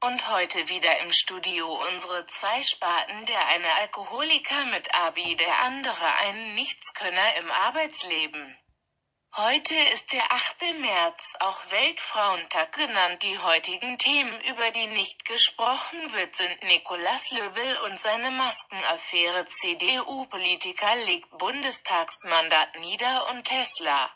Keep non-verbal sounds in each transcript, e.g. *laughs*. Und heute wieder im Studio unsere zwei Spaten, der eine Alkoholiker mit Abi, der andere ein Nichtskönner im Arbeitsleben. Heute ist der 8. März, auch Weltfrauentag genannt. Die heutigen Themen, über die nicht gesprochen wird, sind Nikolaus Löbel und seine Maskenaffäre. CDU-Politiker legt Bundestagsmandat nieder und Tesla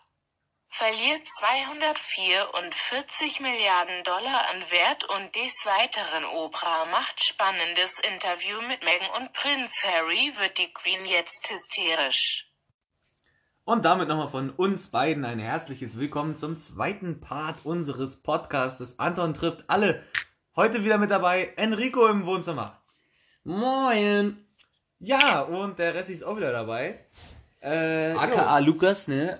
verliert 244 Milliarden Dollar an Wert und des Weiteren Oprah macht spannendes Interview mit Meghan und Prinz Harry wird die Queen jetzt hysterisch. Und damit nochmal von uns beiden ein herzliches Willkommen zum zweiten Part unseres Podcastes. Anton trifft alle. Heute wieder mit dabei Enrico im Wohnzimmer. Moin! Ja, und der Ressi ist auch wieder dabei. Äh, AKA Lukas, ne?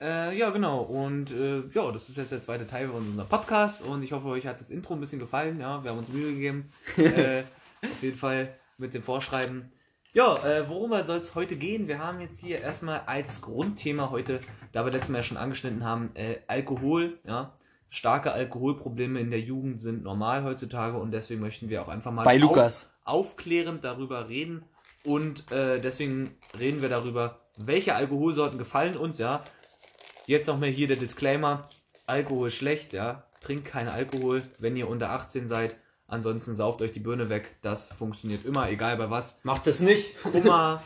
Äh, ja, genau. Und äh, ja, das ist jetzt der zweite Teil von unserem Podcast. Und ich hoffe, euch hat das Intro ein bisschen gefallen. Ja, wir haben uns Mühe *laughs* gegeben. äh, auf jeden Fall mit dem Vorschreiben. Ja, äh, worüber soll es heute gehen? Wir haben jetzt hier erstmal als Grundthema heute, da wir letztes Mal ja schon angeschnitten haben, äh, Alkohol. Ja, starke Alkoholprobleme in der Jugend sind normal heutzutage und deswegen möchten wir auch einfach mal Bei auf- Lukas. aufklärend darüber reden. Und äh, deswegen reden wir darüber, welche Alkoholsorten gefallen uns, ja. Jetzt nochmal hier der Disclaimer. Alkohol ist schlecht, ja. Trinkt keinen Alkohol, wenn ihr unter 18 seid. Ansonsten sauft euch die Birne weg. Das funktioniert immer, egal bei was. Macht das nicht. Kummer,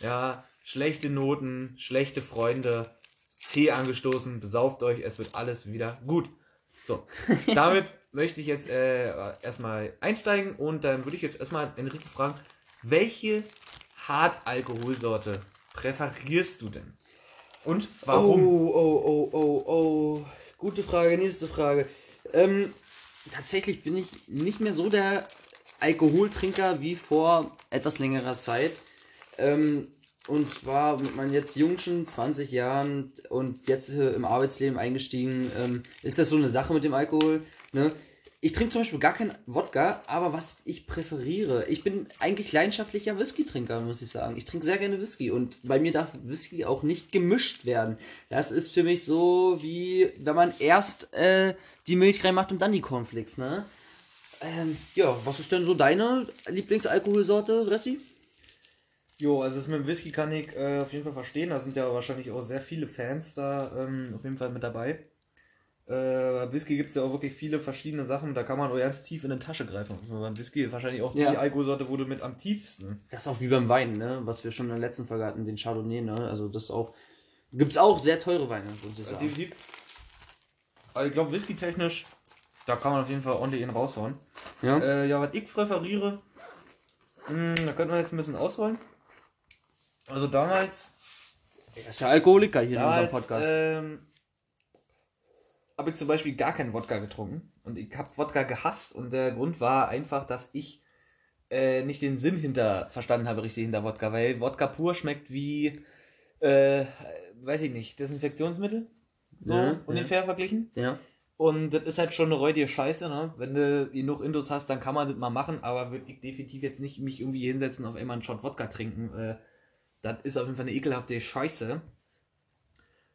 ja, schlechte Noten, schlechte Freunde, zäh angestoßen, besauft euch, es wird alles wieder gut. So, damit möchte ich jetzt äh, erstmal einsteigen und dann würde ich jetzt erstmal Enrico fragen, welche Hartalkoholsorte präferierst du denn? Und warum? Oh, oh, oh, oh, oh. Gute Frage, nächste Frage. Ähm, tatsächlich bin ich nicht mehr so der Alkoholtrinker wie vor etwas längerer Zeit. Ähm, und zwar mit meinen jetzt jungschen 20 Jahren und jetzt äh, im Arbeitsleben eingestiegen, ähm, ist das so eine Sache mit dem Alkohol. Ne? Ich trinke zum Beispiel gar keinen Wodka, aber was ich präferiere, ich bin eigentlich leidenschaftlicher Whisky-Trinker, muss ich sagen. Ich trinke sehr gerne Whisky und bei mir darf Whisky auch nicht gemischt werden. Das ist für mich so, wie wenn man erst äh, die Milch reinmacht und dann die Cornflakes, ne? Ähm, ja, was ist denn so deine Lieblingsalkoholsorte, Ressi? Jo, also das mit dem Whisky kann ich äh, auf jeden Fall verstehen. Da sind ja wahrscheinlich auch sehr viele Fans da ähm, auf jeden Fall mit dabei. Äh, bei Whisky gibt es ja auch wirklich viele verschiedene Sachen. Da kann man auch ganz tief in eine Tasche greifen. Also beim Whisky wahrscheinlich auch Ja. die Alkoholsorte wurde mit am tiefsten. Das ist auch wie beim Wein, ne? Was wir schon in der letzten Folge hatten, den Chardonnay, ne? Also das ist auch. Gibt's auch sehr teure Weine, muss ich Also sagen. definitiv. Aber ich glaube, whisky-technisch, da kann man auf jeden Fall ordentlich einen raushauen. Ja? Äh, ja, was ich präferiere, mh, da könnte man jetzt ein bisschen ausholen. Also damals Das ist der Alkoholiker hier in Damals, unserem Podcast. Ähm, habe ich zum Beispiel gar keinen Wodka getrunken. Und ich habe Wodka gehasst. Und der Grund war einfach, dass ich äh, nicht den Sinn hinter verstanden habe, richtig hinter Wodka. Weil Wodka pur schmeckt wie, äh, weiß ich nicht, Desinfektionsmittel. So Ja, ja. ungefähr verglichen. ja. Und das ist halt schon eine räudige Scheiße, ne? Wenn du genug Indos hast, dann kann man das mal machen, aber würde ich definitiv jetzt nicht mich irgendwie hinsetzen, auf einmal einen Shot Wodka trinken. Äh, das ist auf jeden Fall eine ekelhafte Scheiße.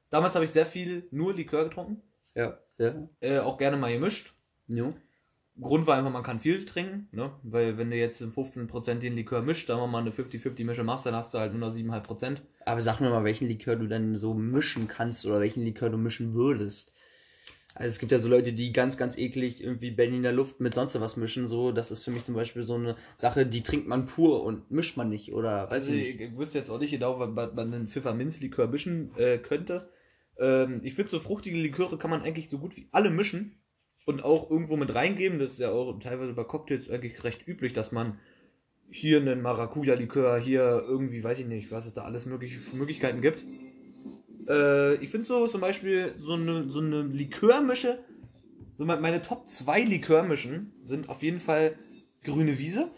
Damals habe ich sehr viel nur Likör getrunken, Ja. Ja. äh, auch gerne mal gemischt. Jo. Grund war einfach, man kann viel trinken, ne? Weil wenn du jetzt in 15% den Likör mischt, dann mal eine 50-50-Mische machst, dann hast du halt nur noch 7,5%. Aber sag mir mal, welchen Likör du dann so mischen kannst oder welchen Likör du mischen würdest. Also es gibt ja so Leute, die ganz, ganz eklig irgendwie Berliner Luft mit sonst was mischen. So, das ist für mich zum Beispiel so eine Sache, die trinkt man pur und mischt man nicht oder weiß Also ich nicht. ich, ich wüsste jetzt auch nicht genau, was was man einen Pfefferminzlikör mischen äh, könnte. Ähm, ich finde, so fruchtige Liköre kann man eigentlich so gut wie alle mischen und auch irgendwo mit reingeben. Das ist ja auch teilweise bei Cocktails eigentlich recht üblich, dass man hier einen Maracuja-Likör, hier irgendwie, weiß ich nicht, was es da alles möglich, für Möglichkeiten gibt. Äh, ich finde so zum Beispiel so eine, so eine Likörmische, so me- meine Top 2 Likörmischen sind auf jeden Fall grüne Wiese.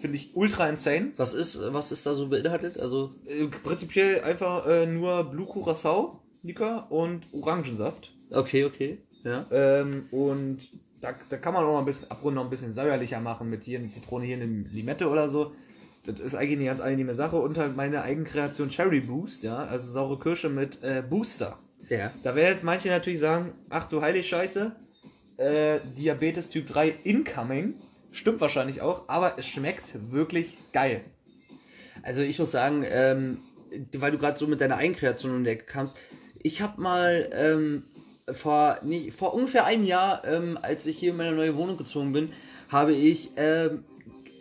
Finde ich ultra insane. Was ist, was ist da so beinhaltet? Also, Äh, prinzipiell einfach äh, nur Blue Curacao Likör und Orangensaft. okay, okay. Ja. Ähm, und da, da kann man auch noch ein bisschen abrunden, noch ein bisschen säuerlicher machen mit hier eine Zitrone, hier eine Limette oder so. Das ist eigentlich eine ganz angenehme Sache. Und halt meine Eigenkreation Cherry Boost, ja, also saure Kirsche mit äh, Booster. Ja. Da werden jetzt manche natürlich sagen, ach du heilig Scheiße, äh, Diabetes Typ 3 incoming. Stimmt wahrscheinlich auch, aber es schmeckt wirklich geil. Also ich muss sagen, ähm, weil du gerade so mit deiner Eigenkreation um die Ecke kamst, ich habe mal ähm, vor, nicht, vor ungefähr einem Jahr, ähm, als ich hier in meine neue Wohnung gezogen bin, habe ich ähm,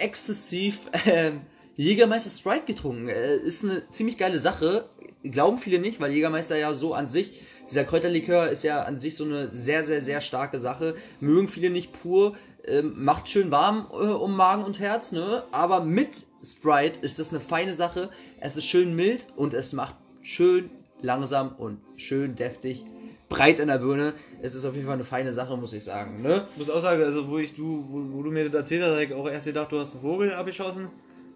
exzessiv ähm, Jägermeister Sprite getrunken. Äh, ist eine ziemlich geile Sache. Glauben viele nicht, weil Jägermeister ja so an sich, dieser Kräuterlikör ist ja an sich so eine sehr, sehr, sehr starke Sache. Mögen viele nicht pur, ähm, macht schön warm äh, um Magen und Herz, ne? Aber mit Sprite ist das eine feine Sache. Es ist schön mild und es macht schön langsam und schön deftig breit in der Birne. Es ist auf jeden Fall eine feine Sache, muss ich sagen, ne? Ich muss auch sagen, also wo ich du, wo, wo du mir das erzählt hast, habe ich auch erst gedacht, du hast einen Vogel abgeschossen.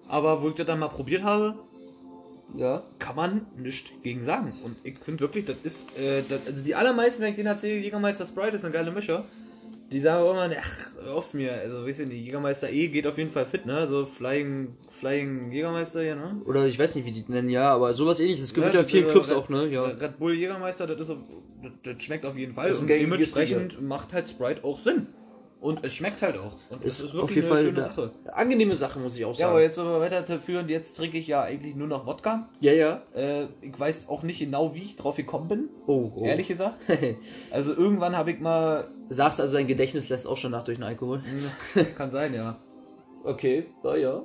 Aber wo ich das dann mal probiert habe, Ja. kann man nichts gegen sagen. Und ich finde wirklich, das ist, äh, das, also die allermeisten, wenn ich denen erzähle, Jägermeister Sprite ist eine geile Mische, die sagen auch immer, ne, ach, hör auf mir, also weißt du nicht, Jägermeister E geht auf jeden Fall fit, ne, so Flying, Flying Jägermeister hier, ne. Oder ich weiß nicht, wie die nennen, ja, aber sowas ähnliches. Es gibt ja, das viele ist, Clubs äh, auch, ne? Ja. Red Bull Jägermeister, das, ist auf, das, das schmeckt auf jeden Fall. Das ist ein Und gängiges dementsprechend macht halt Sprite auch Sinn. Und es schmeckt halt auch. Und es Ist, auf jeden Fall eine angenehme Sache, muss ich auch Ja, aber sagen. jetzt aber weiterführend, jetzt trinke ich ja eigentlich nur noch Wodka. Ja, ja. Äh, ich weiß auch nicht genau, wie ich drauf gekommen bin. Oh, oh. Ehrlich gesagt. Also irgendwann habe ich mal. *laughs* Sagst also, dein Gedächtnis lässt auch schon nach durch den Alkohol. *laughs* Hm, Kann sein, ja. Okay, na ja.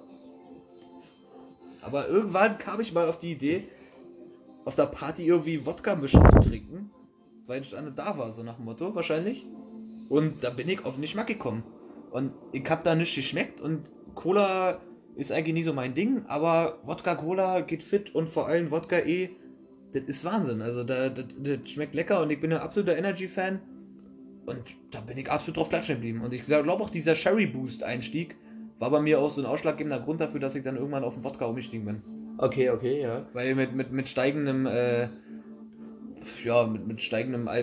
Aber irgendwann kam ich mal auf die Idee, auf der Party irgendwie Wodka-Mische zu trinken. Weil ich eine da war, so nach dem Motto, wahrscheinlich. Und da bin ich auf den Geschmack gekommen. Und ich habe da nicht geschmeckt und Cola ist eigentlich nie so mein Ding, aber Wodka-Cola geht fit und vor allem Wodka E, das ist Wahnsinn. Also da, das, das schmeckt lecker und ich bin ein absoluter Energy-Fan. Und da bin ich absolut drauf klatschen geblieben. Und ich glaube auch dieser Sherry-Boost-Einstieg war bei mir auch so ein ausschlaggebender Grund dafür, dass ich dann irgendwann auf den Wodka umgestiegen bin. Okay, okay, ja. Weil mit, mit, mit steigendem, äh, ja, mit, mit steigendem Al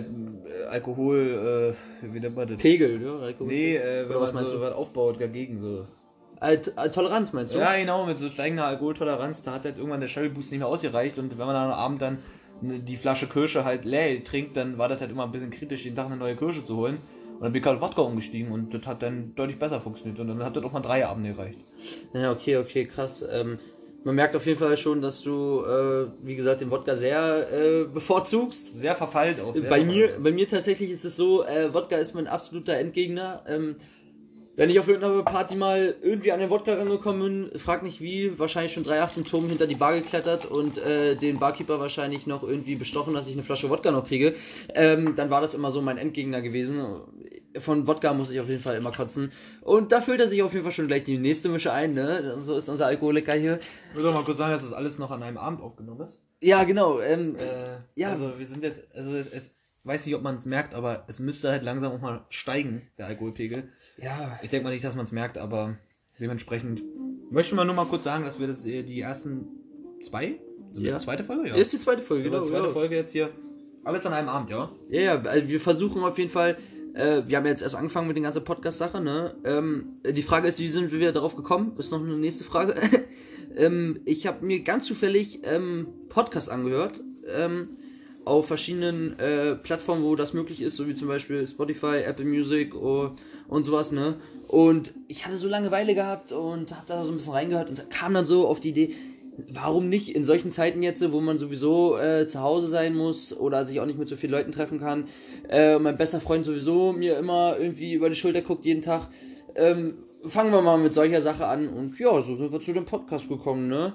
äh, Alkohol, äh, wie nennt man das? Pegel, ja, Alkohol. Nee, äh, wenn Oder was man meinst so du? was aufbaut dagegen, so. Äh, T- äh, Toleranz meinst du? Ja, genau, mit so steigender Alkoholtoleranz, da hat halt irgendwann der Sherry Boost nicht mehr ausgereicht und wenn man dann am Abend dann ne- die Flasche Kirsche halt leer trinkt, dann war das halt immer ein bisschen kritisch, jeden Tag eine neue Kirsche zu holen. Und dann bin ich halt auf Wodka umgestiegen und das hat dann deutlich besser funktioniert und dann hat das auch mal drei Abende gereicht. Ja, okay, okay, krass. Ähm, man merkt auf jeden Fall schon, dass du, äh, wie gesagt, den Wodka sehr äh, bevorzugst. Sehr verfeilt auch. Sehr Äh, bei verfeilt. mir, bei mir tatsächlich ist es so, äh, Wodka ist mein absoluter Endgegner. Ähm, wenn ich auf irgendeiner Party mal irgendwie an den Wodka rangekommen bin, frag nicht wie, wahrscheinlich schon drei Achten Turm hinter die Bar geklettert und äh, den Barkeeper wahrscheinlich noch irgendwie bestochen, dass ich eine Flasche Wodka noch kriege, ähm, dann war das immer so mein Endgegner gewesen. Von Wodka muss ich auf jeden Fall immer kotzen. Und da füllt er sich auf jeden Fall schon gleich die nächste Mische ein, ne? So ist unser Alkoholiker hier. Ich würde auch mal kurz sagen, dass das alles noch an einem Abend aufgenommen ist. Ja, genau. Ähm, Äh, Ja. Also wir sind jetzt, also ich, ich weiß nicht, ob man es merkt, aber es müsste halt langsam auch mal steigen, der Alkoholpegel. ja. Ich denke mal nicht, dass man es merkt, aber dementsprechend möchten wir nur mal kurz sagen, dass wir das äh, die ersten zwei, Ja. zweite Folge, ja. Ist die zweite Folge, die genau. zweite ja. Folge jetzt hier. Alles an einem Abend, ja. Ja, ja, also wir versuchen auf jeden Fall, äh, wir haben jetzt erst angefangen mit den ganzen Podcast-Sache, ne? Ähm, die Frage ist, wie sind wir wieder darauf gekommen? Ist noch eine nächste Frage. *laughs* ähm, ich habe mir ganz zufällig ähm, Podcasts angehört, ähm, auf verschiedenen äh, Plattformen, wo das möglich ist, so wie zum Beispiel Spotify, Apple Music oh, und sowas, ne? Und ich hatte so Langeweile gehabt und habe da so ein bisschen reingehört und kam dann so auf die Idee, warum nicht in solchen Zeiten jetzt, wo man sowieso äh, zu Hause sein muss oder sich auch nicht mit so vielen Leuten treffen kann, äh, und mein bester Freund sowieso mir immer irgendwie über die Schulter guckt jeden Tag, ähm, fangen wir mal mit solcher Sache an und ja, so sind wir zu dem Podcast gekommen, ne?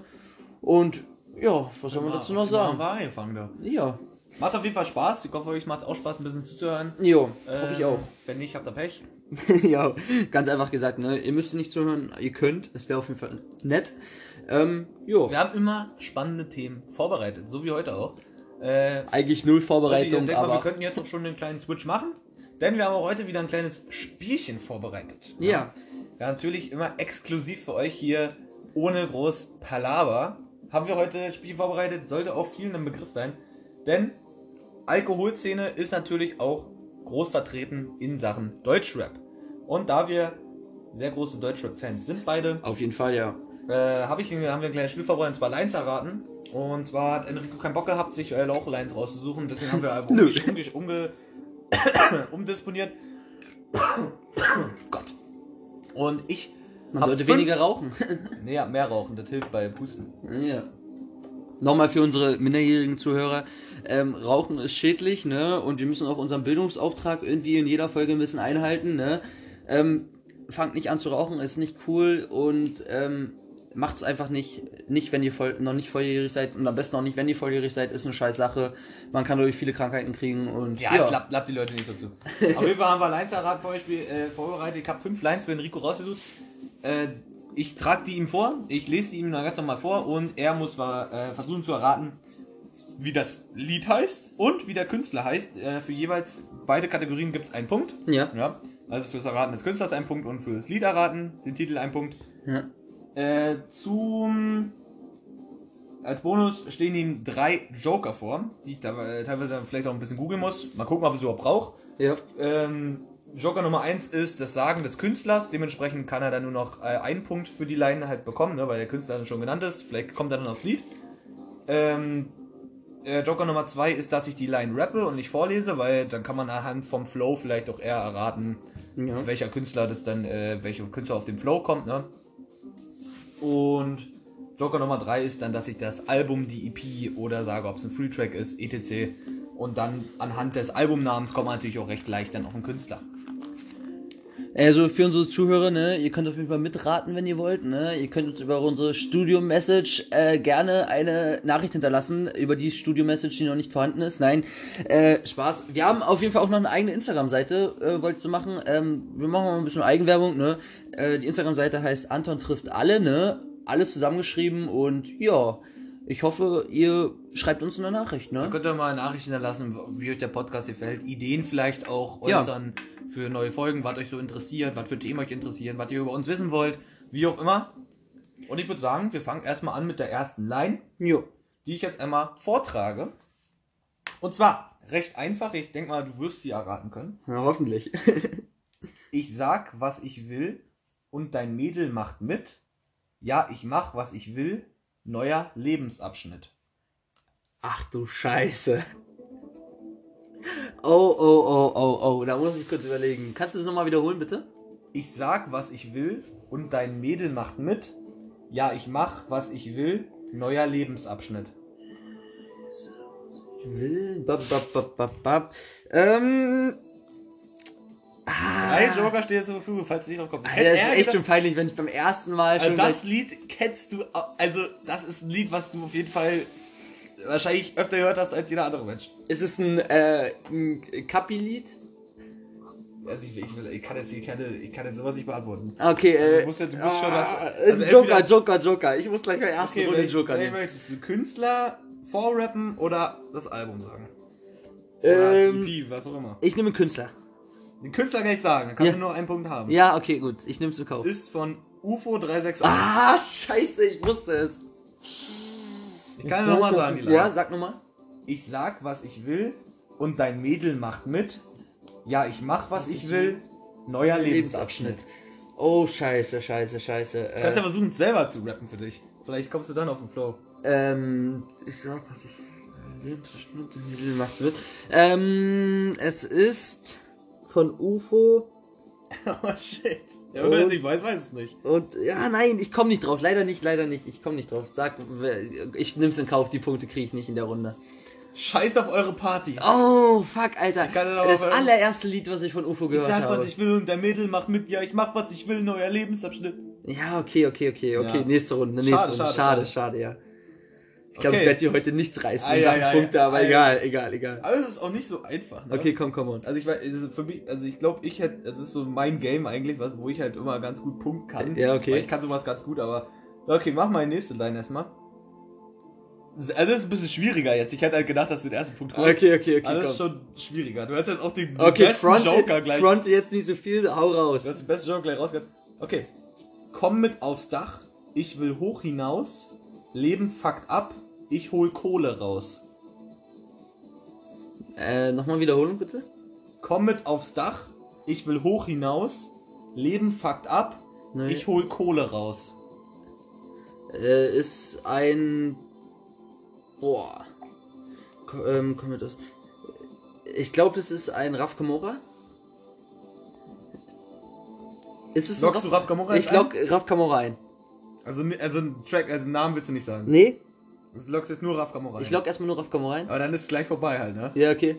Und ja, was soll man dazu noch sagen? Genau, War angefangen, da. Ja, Macht auf jeden Fall Spaß. Ich hoffe, euch macht es auch Spaß, ein bisschen zuzuhören. jo, hoffe ich Ähm, *laughs* auch. Wenn nicht, habt ihr Pech. ja, ganz einfach gesagt, ne? Ihr müsst nicht zuhören, ihr könnt, es wäre auf jeden Fall nett. Ähm, jo, Wir haben immer spannende Themen vorbereitet, so wie heute auch. Äh, eigentlich null Vorbereitung, Ich denke mal, wir aber könnten jetzt noch schon einen kleinen Switch machen, denn wir haben auch heute wieder ein kleines Spielchen vorbereitet. ja, Ja, natürlich immer exklusiv für euch hier, ohne groß Palaver. Haben wir heute ein Spiel vorbereitet, sollte auch vielen ein Begriff sein, denn Alkoholszene ist natürlich auch groß vertreten in Sachen Deutschrap. Und da wir sehr große Deutschrap-Fans sind beide, auf jeden Fall, ja. äh, hab ich, haben wir ein kleines Spiel vorbereitet, und zwar Lines erraten. Und zwar hat Enrico keinen Bock gehabt, sich äh, *laughs* Lauchlines rauszusuchen, deswegen haben wir einfach Nö. umgesch- umgesch- umge *coughs* umdisponiert. *coughs* Gott. Und ich. Man Ab sollte fünf- weniger rauchen. Naja, mehr rauchen, das hilft bei Pusten. ja. Nochmal für unsere minderjährigen Zuhörer. Ähm, Rauchen ist schädlich, ne? Und wir müssen auch unseren Bildungsauftrag irgendwie in jeder Folge ein bisschen einhalten, ne? Ähm, fangt nicht an zu rauchen, ist nicht cool und ähm, macht's einfach nicht, nicht wenn ihr voll, noch nicht volljährig seid und am besten auch nicht, wenn ihr volljährig seid, ist eine scheiß Sache. Man kann dadurch viele Krankheiten kriegen und Ja, ich lapp, lapp die Leute nicht so zu. Auf jeden Fall haben wir Leinsarat für euch äh, vorbereitet. Ich habe fünf Lines für Enrico rausgesucht. Äh, ich trage die ihm vor, ich lese die ihm dann ganz normal vor und er muss äh, versuchen zu erraten, wie das Lied heißt und wie der Künstler heißt. Äh, für jeweils beide Kategorien gibt es einen Punkt. ja. Ja, also fürs Erraten des Künstlers ein Punkt und fürs Lied erraten, den Titel ein Punkt. ja. Äh, zum. Als Bonus stehen ihm drei Joker vor, die ich da, äh, teilweise vielleicht auch ein bisschen googeln muss. Mal gucken, ob ich es überhaupt brauche. Ja. Ähm, Joker Nummer 1 ist das Sagen des Künstlers. Dementsprechend kann er dann nur noch äh, einen Punkt für die Line halt bekommen, ne, weil der Künstler dann schon genannt ist. Vielleicht kommt er dann aufs Lied. Ähm, äh, Joker Nummer 2 ist, dass ich die Line rappe und nicht vorlese, weil dann kann man anhand vom Flow vielleicht auch eher erraten, Ja. welcher Künstler das dann, äh, welcher Künstler auf den Flow kommt, ne? Und Joker Nummer 3 ist dann, dass ich das Album, die EP oder sage, ob es ein Free-Track ist, etc. Und dann anhand des Albumnamens kommt man natürlich auch recht leicht dann auf den Künstler. Also für unsere Zuhörer, ne, ihr könnt auf jeden Fall mitraten, wenn ihr wollt, ne. Ihr könnt uns über unsere Studio-Message äh, gerne eine Nachricht hinterlassen, über die Studio-Message, die noch nicht vorhanden ist. Nein, äh, Spaß. Wir haben auf jeden Fall auch noch eine eigene Instagram-Seite, äh, wolltest du machen. Ähm, wir machen mal ein bisschen Eigenwerbung, ne. Äh, die Instagram-Seite heißt Anton trifft alle, ne. Alles zusammengeschrieben und ja, ich hoffe, ihr schreibt uns eine Nachricht, ne. Dann könnt ihr mal Nachrichten hinterlassen, wie euch der Podcast gefällt, Ideen vielleicht auch Ja. äußern für neue Folgen, was euch so interessiert, was für Themen euch interessieren, was ihr über uns wissen wollt, wie auch immer. Und ich würde sagen, wir fangen erstmal an mit der ersten Line. Jo. die ich jetzt einmal vortrage. Und zwar recht einfach, ich denke mal, du wirst sie erraten können. Ja, hoffentlich. Ich sag, was ich will und dein Mädel macht mit. Ja, ich mach, was ich will. Neuer Lebensabschnitt. Ach du Scheiße. Oh, oh, oh, oh, oh, da muss ich kurz überlegen. Kannst du es nochmal wiederholen, bitte? Ich sag, was ich will und dein Mädel macht mit. Ja, ich mach, was ich will. Neuer Lebensabschnitt. Will, bab, bab, bab, bab, bab. Ähm, Ein Joker steht jetzt zur Verfügung, falls du nicht drauf kommst. Ich Alter, hätte das ist eher echt gedacht- schon peinlich, wenn ich beim ersten Mal Also schon das gleich- Lied kennst du, au- also das ist ein Lied, was du auf jeden Fall wahrscheinlich öfter gehört hast als jeder andere Mensch. Ist es ein, äh, ein Kappi-Lied? Also ich, ich, will, ich, kann, jetzt, ich, kann, ich kann jetzt sowas nicht beantworten. Okay, äh. Also, du musst ja- du musst schon was- ah, also Joker, entweder- Joker, Joker. Ich muss gleich beim ersten Okay, Runde wel- Joker wel- nehmen. möchtest du Künstler vorrappen oder das Album sagen? Oder Ähm, EP, was auch immer. ich nehme Künstler. Den Künstler kann ich sagen, dann kannst Ja. du nur einen Punkt haben. Ja, okay, gut. Ich nehme es im Kauf. Ist von UFO 361. Ah, scheiße, ich wusste es. Ähm, ich kann dir nochmal sagen, die Line. Ja, sag nochmal. Ich sag, was ich will und dein Mädel macht mit. Ja, ich mach, was, ich will. Neuer Lebensabschnitt. Oh, scheiße, scheiße, scheiße. Du kannst Äh, ja versuchen, es selber zu rappen für dich. Vielleicht kommst du dann auf den Flow. ähm, ich sag, was ich äh, Lebensabschnitt im Titel gemacht wird. Ähm, es ist von UFO *laughs* Oh shit. Ja, Und- wenn ich weiß, weiß es nicht. und ja, nein, ich komme nicht drauf. Leider nicht, leider nicht. Ich komme nicht drauf. Sag, wer- ich nimm's in Kauf. Die Punkte kriege ich nicht in der Runde. Scheiß auf eure Party. Oh, fuck, Alter. kann das aber Das hören. allererste Lied, was ich von UFO Ich gehört sag, habe. was ich will und der Mädel macht mit. Ja, ich mach, was ich will. Neuer Lebensabschnitt. Ja, okay, okay, okay, okay. Ja. Nächste Runde, nächste Schade, Runde. Schade, schade, schade, schade. ja. Ich glaube, Okay. ich werde hier heute nichts reißen in Ei, Sachen ei, ei, Punkte, aber ei. egal, egal, egal. Aber es ist auch nicht so einfach. Ne? Okay, komm, komm on. Also ich weiß, es ist für mich, also ich glaube, ich hätte, es ist so mein Game eigentlich, was, wo ich halt immer ganz gut punkten kann. Ja, okay. Weil ich kann sowas ganz gut, aber. Okay, mach mal die nächste Line erstmal. Also das ist ein bisschen schwieriger jetzt. Ich hätte halt gedacht, dass du den ersten Punkt holst. Okay, okay, Aber okay, das ist komm. schon schwieriger. Du hast jetzt auch den, den Okay, besten front, Joker gleich. front jetzt nicht so viel, hau raus. Du hast den besten Joker gleich rausgehauen. Okay. Komm mit aufs Dach. Ich will hoch hinaus. Leben fuckt ab. Ich hol Kohle raus. Äh, nochmal Wiederholung bitte. Komm mit aufs Dach. Ich will hoch hinaus. Leben fuckt ab. Neu- Ich hol Kohle raus. Äh, ist ein. Boah. Ko- Ähm, komm mit aus. Ich glaube, das ist ein Raf Kamora. Ist es ein Lockst du Raf Camora Ich jetzt lock Raf Camora ein. Also, ni- also einen Track, also einen Namen willst du nicht sagen. Nee, Du lockst jetzt nur Raf Camora. ich lock erstmal nur Raf Camora ein. Aber dann ist es gleich vorbei halt, *laughs* ne? Ja, okay.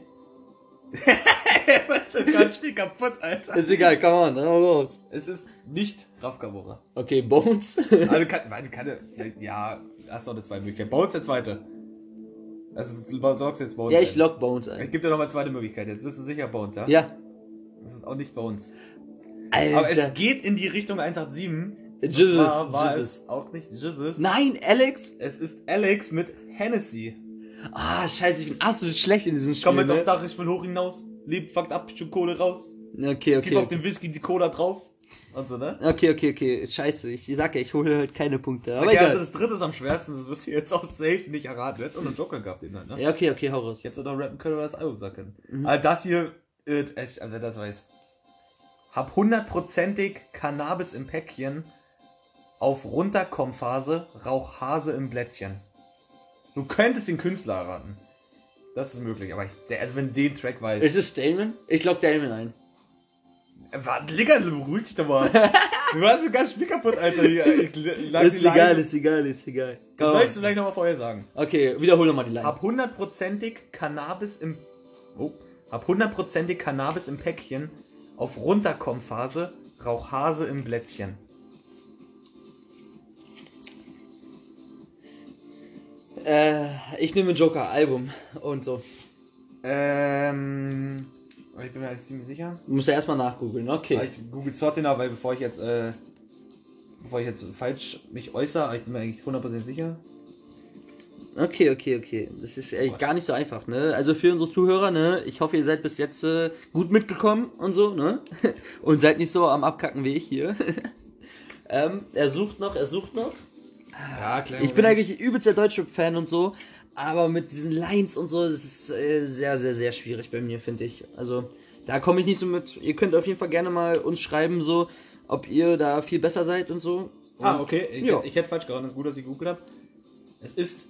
Was ist das Spiel kaputt, Alter? Ist egal, come on, hau raus. Es ist nicht Raf Camora. Okay, *laughs* Bones. Also kann, warte, kann er, ja, hast noch eine zweite Möglichkeit. Bones der zweite. Also es ist- du lockst jetzt Bones. ja, ich ein. lock Bones Ich ein. gebe dir noch mal eine zweite Möglichkeit. Jetzt bist du sicher Bones, ja? Ja. Das ist auch nicht Bones. Alter. Aber es geht in die Richtung 187. Und Jesus, zwar war Jesus. Es auch nicht Jesus. Nein, Alex. Es ist Alex mit Hennessy. Ah, scheiße, ich bin absolut schlecht in diesem Spiel. Komm mit ne? aufs Dach, ich will hoch hinaus. Leb, fuckt ab, schon Kohle raus. Okay, Gib okay. auf den Whisky die Cola drauf. Und so, ne? Okay, okay, okay. Scheiße, ich sag ja, ich hole heute keine Punkte. Aber Okay, also egal. das dritte ist am schwersten, das wirst du jetzt auch safe nicht erraten. Du hättest auch noch einen Joker gehabt, den halt, ne? Ja, okay, okay, hau raus. Ich hätte auch noch rappen können oder das Album sagen können. Mhm. Aber das hier, äh, echt, also das weiß. Hab hundertprozentig Cannabis im Päckchen, auf Runterkommphase, rauch Hase im Blättchen. Du könntest den Künstler erraten. Das ist möglich, aber ich, der, also wenn du den Track weißt. Ist es Damon? Ich lock Damon ein. Warte, Digga, beruhig dich doch *laughs* mal. du hast das ganze Spiel kaputt, Alter. Ich, ich, lag Ist die Line- egal, ist egal, ist egal. Das soll ich vielleicht nochmal vorher sagen. Okay, wiederhole mal die Line. Hab hundertprozentig Cannabis im. Oh. Hab hundertprozentig Cannabis im Päckchen. Auf Runterkommphase. Rauch Hase im Blättchen. Äh, ich nehme Joker, Album und so. Ähm. Ich bin mir jetzt ziemlich sicher. Du musst ja erstmal nachgoogeln, Aber okay. Ich google trotzdem nach, weil bevor ich jetzt. Äh, bevor ich jetzt falsch mich äußere, aber ich bin mir eigentlich hundertprozentig sicher. Okay, okay, okay. Das ist echt gar nicht so einfach, ne? Also für unsere Zuhörer, ne? Ich hoffe, ihr seid bis jetzt äh, gut mitgekommen und so, ne? *laughs* Und seid nicht so am abkacken wie ich hier. *laughs* ähm, er sucht noch, er sucht noch. Ja, klar. Ich bin eigentlich übelst der Deutschrap-Fan und so, aber mit diesen Lines und so, das ist äh, sehr, sehr, sehr schwierig bei mir, finde ich. Also, da komme ich nicht so mit. Ihr könnt auf jeden Fall gerne mal uns schreiben, so, ob ihr da viel besser seid und so. Ah, Und- okay. Ich, Ja. ich hätte falsch geraten. Das ist gut, dass ich gegoogelt habe. Es ist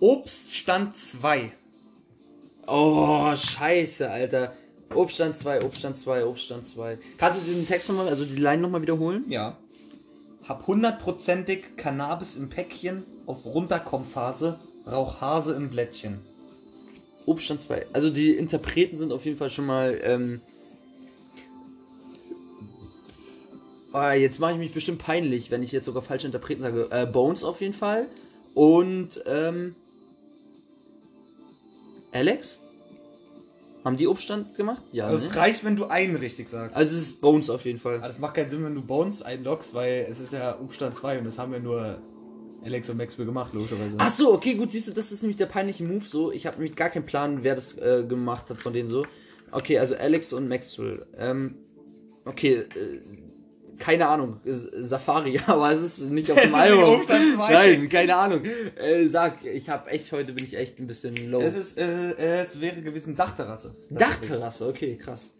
Obststand 2. Oh, scheiße, Alter. Obststand 2, Obststand 2, Obststand 2. Kannst du diesen Text nochmal, also die Line nochmal wiederholen? Ja. Hab hundertprozentig Cannabis im Päckchen, auf Runterkommphase, rauch Hase im Blättchen. Obststand 2. Also die Interpreten sind auf jeden Fall schon mal, ähm... Ah, jetzt mache ich mich bestimmt peinlich, wenn ich jetzt sogar falsche Interpreten sage. Äh, Bones auf jeden Fall. Und, ähm... Alex? Haben die Obststand gemacht? Ja, Also ne? es reicht, wenn du einen richtig sagst. Also es ist Bones auf jeden Fall. Aber das macht keinen Sinn, wenn du Bones einloggst, weil es ist ja Umstand 2 und das haben ja nur Alex und Max für gemacht, logischerweise. Ach so, okay, gut, siehst du, das ist nämlich der peinliche Move so. Ich habe nämlich gar keinen Plan, wer das äh, gemacht hat von denen so. Okay, also Alex und Maxwell. Ähm, okay, äh, keine Ahnung. Äh, Safari, *laughs* aber es ist *laughs* nicht auf Es dem ist nicht Album. Obststand zwei. Nein, keine Ahnung. Äh, sag, ich habe echt, heute bin ich echt ein bisschen low. Es ist, äh, es wäre gewesen Dachterrasse. Dachterrasse, okay, krass.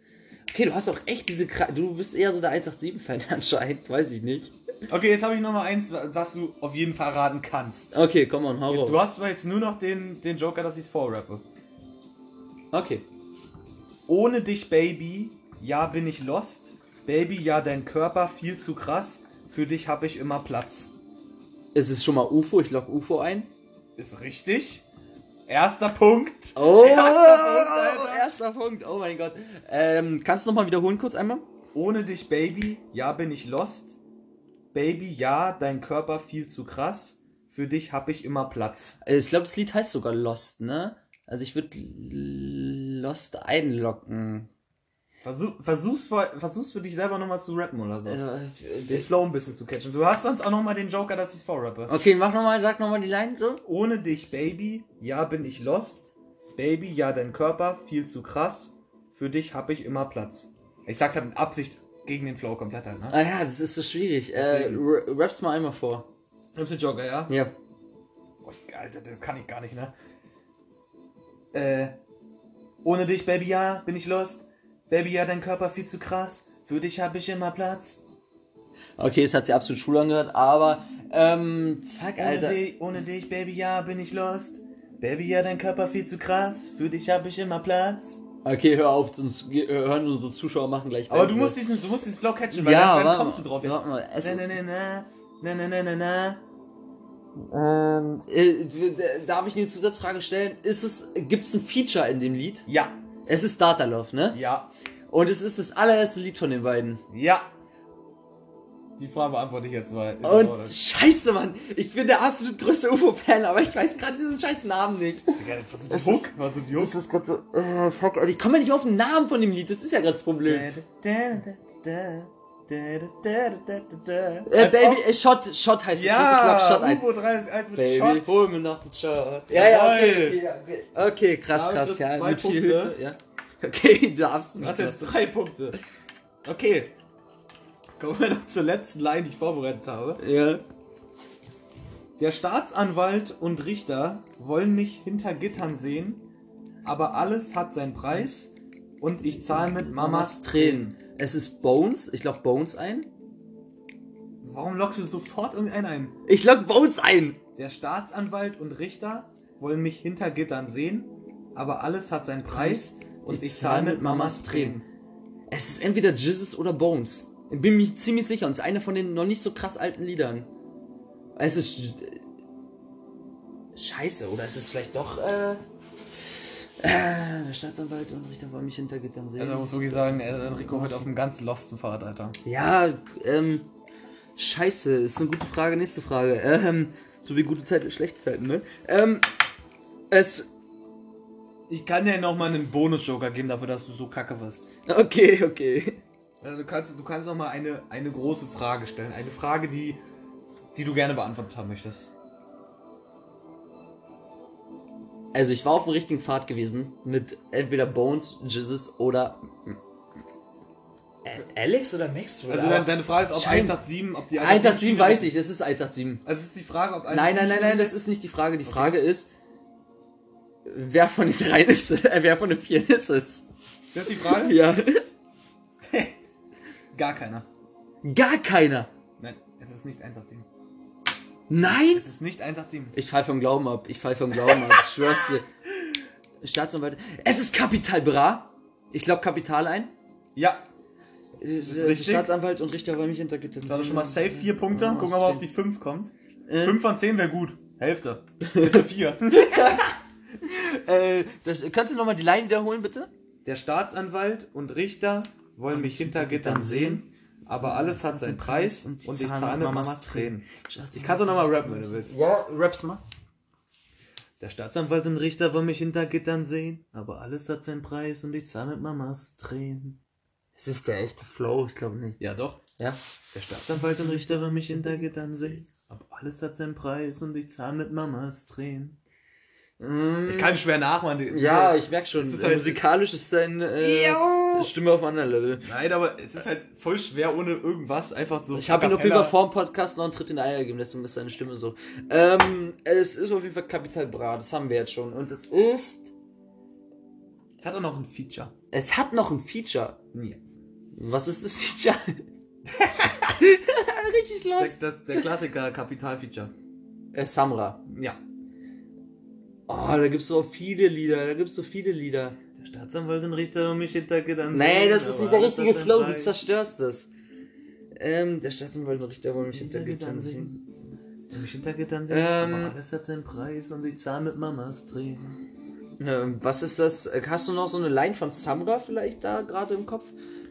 Okay, du hast auch echt diese Kra Du bist eher so der 187-Fan *laughs* anscheinend, weiß ich nicht. Okay, jetzt habe ich nochmal eins, was du auf jeden Fall raten kannst. Okay, komm on, hau Du raus. hast zwar jetzt nur noch den, den Joker, dass ich es vorrappe. Okay. Ohne dich, Baby, ja bin ich lost. Baby, ja dein Körper viel zu krass. Für dich habe ich immer Platz. Es ist schon mal UFO, ich lock UFO ein. Ist richtig. Erster Punkt. Oh, Erster Punkt, Alter. erster Punkt. Oh mein Gott. Ähm, kannst du nochmal wiederholen kurz einmal? Ohne dich, Baby, ja bin ich lost. Baby, ja dein Körper viel zu krass. Für dich habe ich immer Platz. Äh, Ich glaube, das Lied heißt sogar Lost, ne? Also ich würde Lost einlocken. Versuch, versuch's, vor- versuch's für dich selber nochmal zu rappen oder so. Äh, Den Flow ein bisschen zu catchen. Du hast sonst auch nochmal den Joker, dass ich's vorrappe. Okay, mach nochmal, sag nochmal die Line so. Ohne dich, Baby, ja bin ich lost. Baby, ja dein Körper viel zu krass. Für dich hab ich immer Platz. Ich sag's halt mit Absicht gegen den Flow komplett halt, ne? Ah ja, das ist so schwierig. Äh, Deswegen. ra- raps mal einmal vor. Nimmst du Jogger, ja? Ja. Oh, ich- Alter, das kann ich gar nicht, ne? Äh. Ohne dich, Baby, ja bin ich lost. Baby, ja dein Körper viel zu krass. Für dich hab ich immer Platz. Okay, es hat sich absolut schwul angehört, aber ähm, fuck, Ohne, Alter. Dich, ohne dich, Baby, ja bin ich lost. Baby, ja dein Körper viel zu krass. Für dich hab ich immer Platz. Okay, hör auf, sonst ge- äh, hören unsere Zuschauer machen gleich. Aber du Bandwidth. musst diesen, du musst diesen Flow catchen, weil Ja, dann, dann warte kommst mal, du drauf warte jetzt. mal, Na, es- na, na, na. Na, na, na, na, na. Ähm, äh, d- d- darf ich eine Zusatzfrage stellen? Ist es, gibt's ein Feature in dem Lied? Ja, Es ist Data Love, ne? ja, Und es ist das allererste Lied von den beiden. ja. Die Frage beantworte ich jetzt mal. Ist in Ordnung. Und scheiße, Mann. Ich bin der absolut größte UFO-Fan, aber ich weiß gerade diesen scheiß Namen nicht. Digga, was ist Es Druck? ist- Was ist Das ist gerade so, äh, fuck, Alter, ich komme ja nicht auf den Namen von dem Lied, das ist ja gerade das Problem. äh, Äh, Baby, äh, Shot, Shot heißt es. oh, Ja, Ich lock Shot ein. U-Boot 31 mit Baby, Shot. hol mir noch einen Shot. Ja, ja, Jawohl. okay, okay, okay. Okay, krass, Damit krass, das ja, zwei mit viel Punkte. Hilfe, ja. Okay, *laughs* du darfst Du nicht hast mehr. jetzt drei Punkte. Okay. Kommen wir noch zur letzten Line, die ich vorbereitet habe. Ja. Der Staatsanwalt und Richter wollen mich hinter Gittern sehen, aber alles hat seinen Preis und ich zahle mit Mamas Tränen. Es ist Bones, ich lock Bones ein. Warum lockst du sofort irgendeinen ein? Ich lock Bones ein! Der Staatsanwalt und Richter wollen mich hinter Gittern sehen, aber alles hat seinen Preis und ich zahle mit Mamas Tränen. Es ist entweder Jizzes oder Bones. Ich bin mir ziemlich sicher und es ist einer von den noch nicht so krass alten Liedern. Es ist. J- äh, Scheiße, oder ist es vielleicht doch, äh. äh, Der Staatsanwalt und Richter wollen mich hinter Gittern sehen. Also man muss wirklich sagen, äh, Enrico heute auf einem ganz losten Pfad, Alter. Ja, ähm. Scheiße, ist eine gute Frage, nächste Frage. Ähm, so wie gute Zeiten, schlechte Zeiten, ne? Ähm, es. Ich kann dir nochmal einen Bonus-Joker geben dafür, dass du so kacke wirst. Okay, okay. Also du kannst, du kannst nochmal eine, eine große Frage stellen. Eine Frage, die, die du gerne beantwortet haben möchtest. Also ich war auf dem richtigen Pfad gewesen mit entweder Bones, Jesus oder. Ä- Alex oder Max? Oder? Also deine- deine Frage ist, ob Schein- 187, ob die 187 weiß ich, das ist 187. Also ist die Frage, ob Nein, nein, nein, nein, das ist nicht die Frage. Die Frage ist, wer von den dreien ist, *laughs* äh, wer von den vier ist es? Das ist die *laughs* Frage? Ja. Gar keiner. Gar keiner. Nein, es ist nicht 187. Nein? Es ist nicht 187. Ich fall vom Glauben ab. Ich fall vom Glauben ab. Ich schwör's *laughs* dir. Staatsanwalt. Es ist Kapital Bra. Ich lock Kapital ein. Ja, Äh, richtig. Staatsanwalt und Richter wollen mich hinter Gitter. da hast du schon mal safe 4 Punkte. Ja, Gucken wir was mal, ob drin. die 5 kommt. Äh. 5 von 10 wäre gut. Hälfte. Ist ja *laughs* 4. Äh, das, kannst du nochmal die Line wiederholen, bitte? Der Staatsanwalt und Richter wollen mich hinter Gittern sehen, aber alles hat seinen Preis und ich zahle mit Mamas Tränen. Ich kann es auch nochmal rappen, wenn du willst. Ja, raps mal. Der Staatsanwalt und Richter wollen mich hinter Gittern sehen, aber alles hat seinen Preis und ich zahle mit Mamas Tränen. Es ist der echte Flow, ich glaube nicht. Ja, doch. Ja? Der Staatsanwalt und Richter wollen mich hinter Gittern sehen, aber alles hat seinen Preis und ich zahle mit Mamas Tränen. Ich kann schwer nachmachen. Mm, Ja, ich merk schon. Es ist äh, halt- musikalisch ist deine äh, Yo! Stimme auf einem anderen Level. Nein, aber es ist halt voll schwer ohne irgendwas, einfach so. Ich habe ihn auf jeden Cappella. Fall vor dem Podcast noch einen Tritt in die Eier gegeben, deswegen ist seine Stimme so. Ähm, es ist auf jeden Fall Kapital Bra, das haben wir jetzt schon. Und es ist. Es hat auch noch ein Feature. Es hat noch ein Feature. Ja. Was ist das Feature? *laughs* Richtig Das, los. das, der Klassiker Kapital-Feature. Äh, Samra. Ja. Oh, da gibt's so viele Lieder, da gibt's so viele Lieder. Der Staatsanwalt und Richter wollen mich hinter Gittern Nee, das ist aber alles nicht der hat richtige seinen Flow, du Preis. zerstörst das. Ähm, der Staatsanwalt und Richter wollen mich hintergittern sehen. Mich hintergetan sehen, Ähm. aber alles hat seinen Preis und ich zahle mit Mamas Tränen. Ähm, was ist das? Äh, Hast du noch so eine Line von Samra vielleicht da gerade im Kopf?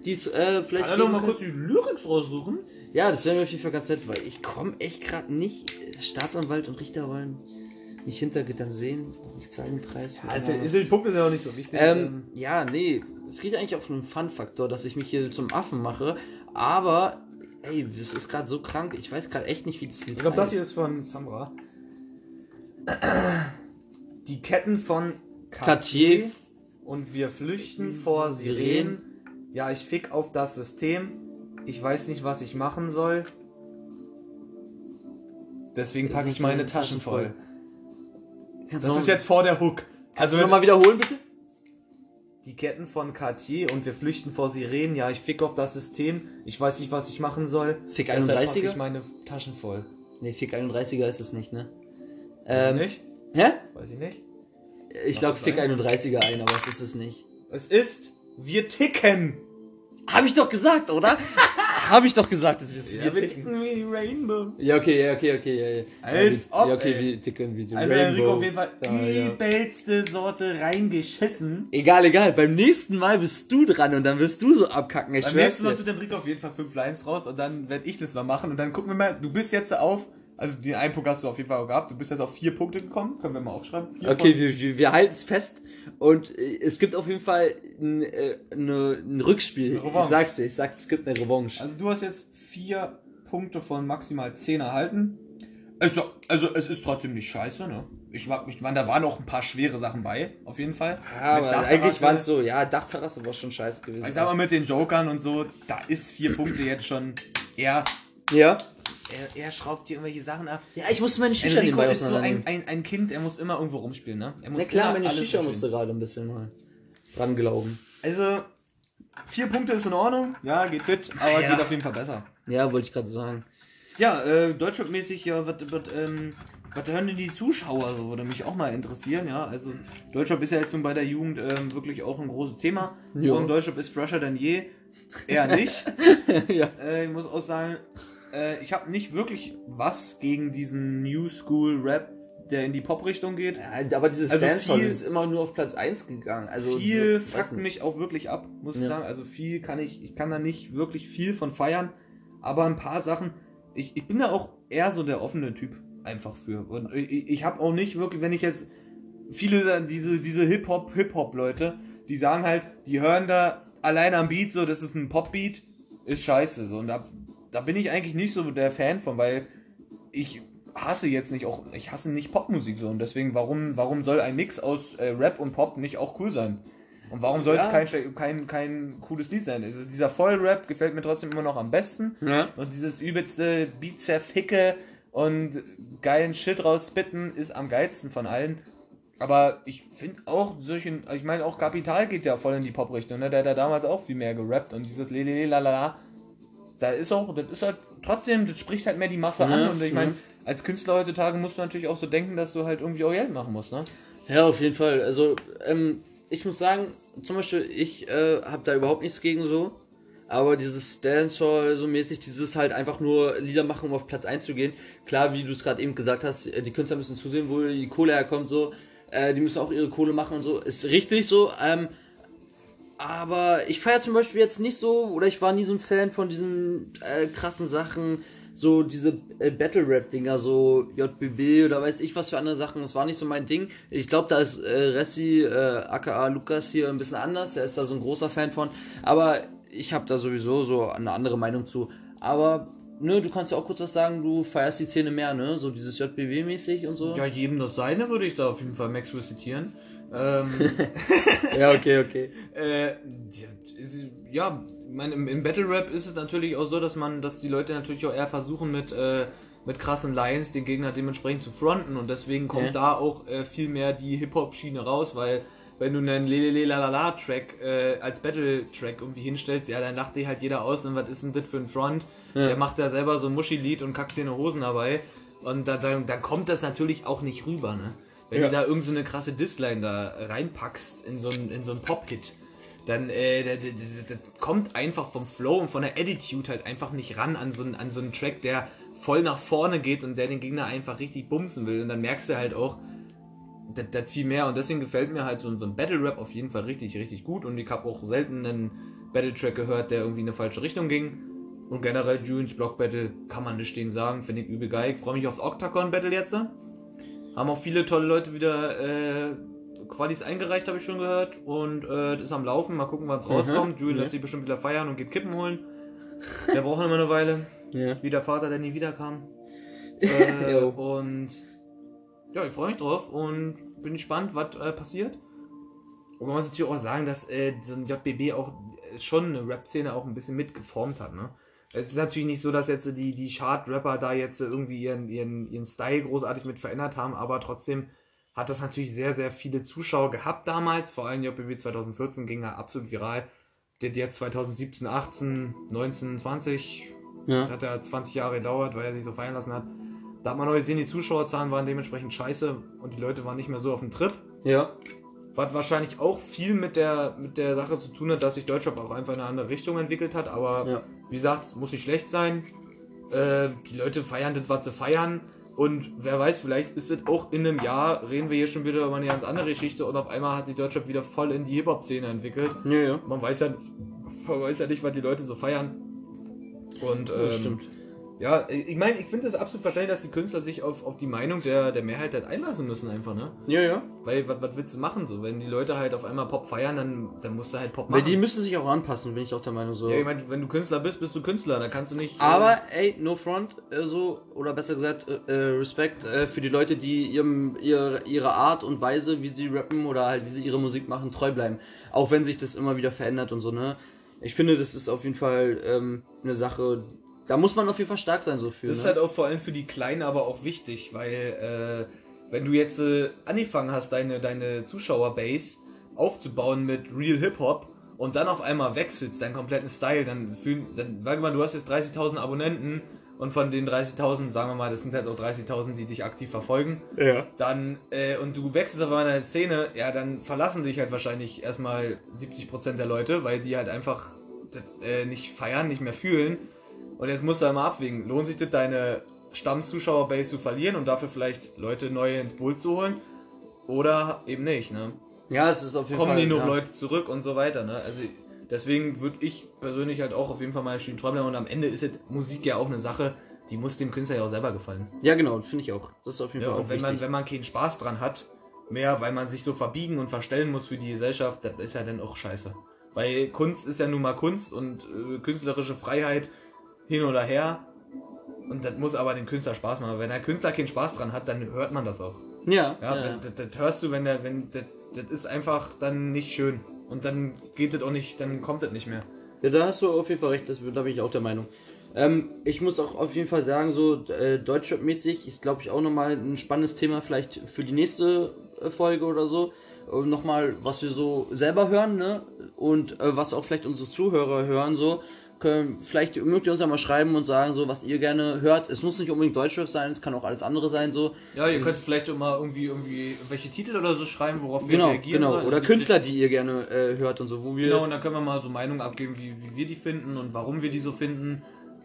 Die ist, äh, vielleicht. Kann er noch geben mal kann? kurz die Lyrics raussuchen? Ja, das wäre mir auf jeden Fall ganz nett, weil ich komme echt gerade nicht. äh, Staatsanwalt und Richter wollen mich hintergittern sehen. Ich zahle den Preis. Also, ist der Punkt ist ja auch nicht so wichtig. Ähm, ja, nee, es geht eigentlich auf einen Fun-Faktor, dass ich mich hier zum Affen mache, aber ey, das ist gerade so krank, ich weiß gerade echt nicht, wie das Lied ich glaube, das heißt. hier ist von Samra. Die Ketten von Cartier. und wir flüchten vor Sirenen. Ja, ich fick auf das System. Ich weiß nicht, was ich machen soll. Deswegen packe ich meine Taschen voll. Kannst Das du ist noch- jetzt vor der Hook. kannst Also, du nochmal wiederholen, bitte? Die Ketten von Cartier und wir flüchten vor Sirenen. Ja, ich fick auf das System. Ich weiß nicht, was ich machen soll. Fick Deshalb 31er? pack ich meine Taschen voll. Nee, Fick 31er ist es nicht, ne? Weiß Ähm, ich nicht? hä? Weiß ich nicht. Ich Mach log das Fick ein. 31er ein, aber es ist es nicht. Es ist, wir ticken. Habe ich doch gesagt, *laughs* oder? Habe ich doch gesagt, dass wir es wir ticken wie die Rainbow. Ja, okay, ja, okay, okay, ja, ja. Als ja, wir- ob, ja, okay, ey. wir ticken wie die Also Rainbow. Rico auf jeden Fall Ja, ja. übelste Sorte reingeschissen. Egal, egal, beim nächsten Mal bist du dran und dann wirst du so abkacken, ich Beim schwör's nächsten Mal dir. tut dem Rico auf jeden Fall fünf Lines raus und dann werde ich das mal machen. Und dann gucken wir mal, du bist jetzt auf, also den einen Punkt hast du auf jeden Fall auch gehabt, du bist jetzt auf vier Punkte gekommen, können wir mal aufschreiben. Vier Okay, von- wir, wir, wir halten es fest und äh, es gibt auf jeden Fall ein, äh, ne- ein Rückspiel. Eine Revanche. Ich sag's dir, ich sag's, es gibt eine Revanche. Also du hast jetzt vier Punkte von maximal zehn erhalten. Also, also es ist trotzdem nicht scheiße, ne? Ich, mag- ich meine, da waren auch ein paar schwere Sachen bei, auf jeden Fall. Ja, Mit aber Dachterrasse. eigentlich waren es so, ja, Dachterrasse war schon scheiße gewesen. Ich sag mal, mit den Jokern und so, da ist vier Punkte jetzt schon eher... ja. Er, er schraubt dir irgendwelche Sachen ab. ja, ich musste meine Shisha Enrico nebenbei ist so auseinandernehmen. ein, ein, ein Kind, er muss immer irgendwo rumspielen, ne? Er muss Na klar, immer meine alles Shisha rumspielen. musste gerade ein bisschen mal dran glauben. Also, vier Punkte ist in Ordnung. Ja, geht fit, aber geht auf jeden Fall besser. Ja, wollte ich gerade sagen. Ja, äh, Deutschlandmäßig, ja, was ähm, was hören denn die Zuschauer so? Würde mich auch mal interessieren, ja. Also, Deutschland ist ja jetzt nun bei der Jugend ähm, wirklich auch ein großes Thema. Jo. Und Deutschland ist fresher denn je. Eher nicht. ja. äh, ich muss auch sagen, äh, ich habe nicht wirklich was gegen diesen New School Rap, der in die Pop-Richtung geht. Ja, Aber dieses Also Dancehall viel- ist immer nur auf Platz 1 gegangen. Also viel so, weiß fuckt nicht. mich auch wirklich ab, muss ich Ja. sagen. Also viel kann ich, ich kann da nicht wirklich viel von feiern, aber ein paar Sachen, ich, ich bin da auch eher so der offene Typ einfach für. Und ich, ich habe auch nicht wirklich, wenn ich jetzt viele da- diese, diese Hip-Hop, Hip-Hop-Leute, die sagen halt, die hören da allein am Beat so, das ist ein Pop-Beat, ist scheiße. So, und da, da bin ich eigentlich nicht so der Fan von, weil ich hasse jetzt nicht auch, ich hasse nicht Popmusik so und deswegen, warum, warum soll ein Mix aus äh, Rap und Pop nicht auch cool sein? Und warum soll es Ja. kein, schle- kein, kein cooles Lied sein? Also dieser Vollrap gefällt mir trotzdem immer noch am besten Ja. und dieses übelste Beat-Zerficke und geilen Shit rausspitten ist am geilsten von allen. Aber ich finde auch solchen, ich meine auch Kapital geht ja voll in die Pop-Richtung, ne? Der hat ja damals auch viel mehr gerappt und dieses Lelele lalala. Da ist auch, das ist halt trotzdem, das spricht halt mehr die Masse Mhm, an und ich meine, mhm. als Künstler heutzutage musst du natürlich auch so denken, dass du halt irgendwie auch Geld machen musst, ne? Ja, auf jeden Fall. Also, ähm, ich muss sagen, zum Beispiel, ich äh, habe da überhaupt nichts gegen so. Aber dieses Dancehall so mäßig, dieses halt einfach nur Lieder machen, um auf Platz 1 zu gehen. Klar, wie du es gerade eben gesagt hast, äh, die Künstler müssen zusehen, wo die Kohle herkommt, so. Äh, die müssen auch ihre Kohle machen und so. Ist richtig so. Ähm, aber ich feiere zum Beispiel jetzt nicht so, oder ich war nie so ein Fan von diesen äh, krassen Sachen, so diese äh, Battle Rap-Dinger, so JBB oder weiß ich was für andere Sachen. Das war nicht so mein Ding. Ich glaube, da ist äh, Ressi, äh, aka Lukas, hier ein bisschen anders. Er ist da so ein großer Fan von. Aber ich habe da sowieso so eine andere Meinung zu. Aber. Ne, du kannst ja auch kurz was sagen, du feierst die Szene mehr, ne? So dieses JBB-mäßig und so. jedem das seine würde ich da auf jeden Fall Ähm, Maxwell zitieren. *laughs* ja okay, okay. Äh, ja, ist- ja, ich meine, im, im Battle Rap ist es natürlich auch so, dass man, dass die Leute natürlich auch eher versuchen mit, äh, mit krassen Lines den Gegner dementsprechend zu fronten und deswegen kommt Ja. da auch äh, viel mehr die Hip-Hop-Schiene raus, weil wenn du einen Lelele-Lalala-Track äh, als Battle-Track irgendwie hinstellst, ja, dann lacht dich halt jeder aus und was ist denn das für ein Front? Der macht da selber so ein Muschi-Lied und kackt dir eine Hosen dabei und da, dann, dann kommt das natürlich auch nicht rüber, ne? Wenn Ja. du da irgend so eine krasse Disline da reinpackst in so einen, in so einen Pop-Hit, dann äh, das, das, das kommt einfach vom Flow und von der Attitude halt einfach nicht ran an so einen, an so einen Track, der voll nach vorne geht und der den Gegner einfach richtig bumsen will. Und dann merkst du halt auch, das, das viel mehr. Und deswegen gefällt mir halt so, so ein Battle Rap auf jeden Fall richtig, richtig gut. Und ich habe auch selten einen Battle Track gehört, der irgendwie in eine falsche Richtung ging. Und generell Julians Block Battle kann man nicht stehen sagen, finde ich übel geil. Ich freue mich aufs Octagon Battle jetzt. Haben auch viele tolle Leute wieder äh, Qualis eingereicht, habe ich schon gehört. Und äh, das ist am Laufen. Mal gucken, wann es rauskommt. Julian Ja. lässt sich bestimmt wieder feiern und geht Kippen holen. Der braucht immer eine Weile Ja. wie der Vater, der nie wiederkam. *laughs* Äh, Jo. und ja, ich freue mich drauf und bin gespannt, was äh, passiert. Und man muss natürlich auch sagen, dass äh, so ein JBB auch äh, schon eine Rap-Szene auch ein bisschen mitgeformt hat. Ne? Es ist natürlich nicht so, dass jetzt äh, die, die Chart-Rapper da jetzt äh, irgendwie ihren, ihren, ihren Style großartig mit verändert haben, aber trotzdem hat das natürlich sehr, sehr viele Zuschauer gehabt damals. Vor allem JBB 2014 ging ja absolut viral. Der, der 2017, 18, 19, 20, Ja. hat ja 20 Jahre gedauert, weil er sich so feiern lassen hat. Da hat man auch gesehen, die Zuschauerzahlen waren dementsprechend scheiße und die Leute waren nicht mehr so auf dem Trip. Ja. Was wahrscheinlich auch viel mit der, mit der Sache zu tun hat, dass sich Deutschrap auch einfach in eine andere Richtung entwickelt hat. Aber Ja. wie gesagt, es muss nicht schlecht sein. Äh, die Leute feiern das, was sie feiern. Und wer weiß, vielleicht ist es auch in einem Jahr, reden wir hier schon wieder über eine ganz andere Geschichte und auf einmal hat sich Deutschrap wieder voll in die Hip-Hop-Szene entwickelt. Ja, ja. Man weiß ja, *laughs* man weiß ja nicht, was die Leute so feiern. Und ähm, Das stimmt. Ja, ich meine, ich finde es absolut verständlich, dass die Künstler sich auf, auf die Meinung der, der Mehrheit halt einlassen müssen einfach, ne? Ja, ja. Weil, was, was willst du machen so? Wenn die Leute halt auf einmal Pop feiern, dann, dann musst du halt Pop Weil machen. die müssen sich auch anpassen, bin ich auch der Meinung so. ja, ich meine, wenn du Künstler bist, bist du Künstler, da kannst du nicht... Aber ey, no front, äh, so, oder besser gesagt, äh, äh, Respekt äh, für die Leute, die ihrem, ihre, ihre Art und Weise, wie sie rappen oder halt wie sie ihre Musik machen, treu bleiben. Auch wenn sich das immer wieder verändert und so, ne? Ich finde, das ist auf jeden Fall ähm, eine Sache, da muss man auf jeden Fall stark sein, so für. Das ist ne? halt auch vor allem für die Kleinen aber auch wichtig, weil äh, wenn du jetzt äh, angefangen hast, deine, deine Zuschauerbase aufzubauen mit Real Hip-Hop und dann auf einmal wechselst, deinen kompletten Style, dann fühlen, dann, sag mal, du hast jetzt 30.000 Abonnenten und von den 30.000, sagen wir mal, das sind halt auch 30.000, die dich aktiv verfolgen, ja. dann, äh, und du wechselst auf einmal deine Szene, ja, dann verlassen dich halt wahrscheinlich erstmal 70% der Leute, weil die halt einfach äh, nicht feiern, nicht mehr fühlen. Und jetzt musst du einmal abwägen, lohnt sich das deine Stammzuschauerbase zu verlieren und dafür vielleicht Leute neue ins Boot zu holen? Oder eben nicht, ne? Ja, es ist auf jeden Kommen Fall. die noch ja. Leute zurück und so weiter, ne? Also deswegen würde ich persönlich halt auch auf jeden Fall mal Stream Träumen und am Ende ist jetzt Musik ja auch eine Sache, die muss dem Künstler ja auch selber gefallen. Ja, genau, finde ich auch. Das ist auf jeden Ja, Fall und auch wenn man, wichtig. wenn man keinen Spaß dran hat, mehr, weil man sich so verbiegen und verstellen muss für die Gesellschaft, das ist ja dann auch scheiße. Weil Kunst ist ja nun mal Kunst und äh, künstlerische Freiheit hin oder her. Und das muss aber dem Künstler Spaß machen. Wenn der Künstler keinen Spaß dran hat, dann hört man das auch. ja, Ja, ja, Wenn, das, das hörst du, wenn der, wenn das, das ist einfach dann nicht schön. Und dann geht das auch nicht, dann kommt das nicht mehr. Ja, da hast du auf jeden Fall recht, das, da bin ich auch der Meinung. Ähm, ich muss auch auf jeden Fall sagen, so äh, Deutschrap-mäßig ist, glaube ich, auch nochmal ein spannendes Thema, vielleicht für die nächste äh, Folge oder so. Äh, nochmal, was wir so selber hören, ne? Und äh, was auch vielleicht unsere Zuhörer hören, so. Können, vielleicht mögt ihr uns ja mal schreiben und sagen, so, was ihr gerne hört. Es muss nicht unbedingt Deutschrap sein, es kann auch alles andere sein, so. Ja, ihr Es- könnt vielleicht immer irgendwie, irgendwie welche Titel oder so schreiben, worauf wir Genau, reagieren. genau. sollen. Oder Also, Künstler, die ihr gerne äh, hört und so, wo wir. Genau, und dann können wir mal so Meinungen abgeben, wie, wie wir die finden und warum wir die so finden.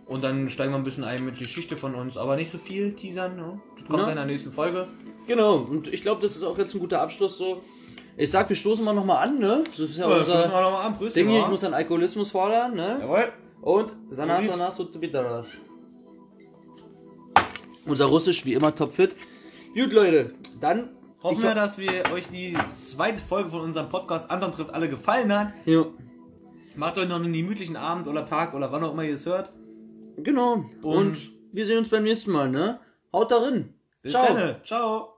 Und dann steigen wir ein bisschen ein mit Geschichte von uns, aber nicht so viel teasern. Ne? Das kommt Ja. dann in der nächsten Folge. Genau, und ich glaube, das ist auch jetzt ein guter Abschluss so. Ich sag, wir stoßen mal nochmal an, ne? Das ist ja, schließen wir unser noch mal an. Grüß Ding dich hier, mal. ich muss an Alkoholismus fordern, ne? Jawohl. Und Sanas, Prosit. Sanas und Bitaras. Unser Russisch wie immer topfit. Gut, Leute, dann Hoffen ich, wir, dass wir euch die zweite Folge von unserem Podcast Anton trifft alle gefallen hat. Ja, Macht euch noch einen gemütlichen Abend oder Tag oder wann auch immer ihr es hört. genau. Und, Und- wir sehen uns beim nächsten Mal, ne? Haut darin. Bis Ciao. dann. Ciao.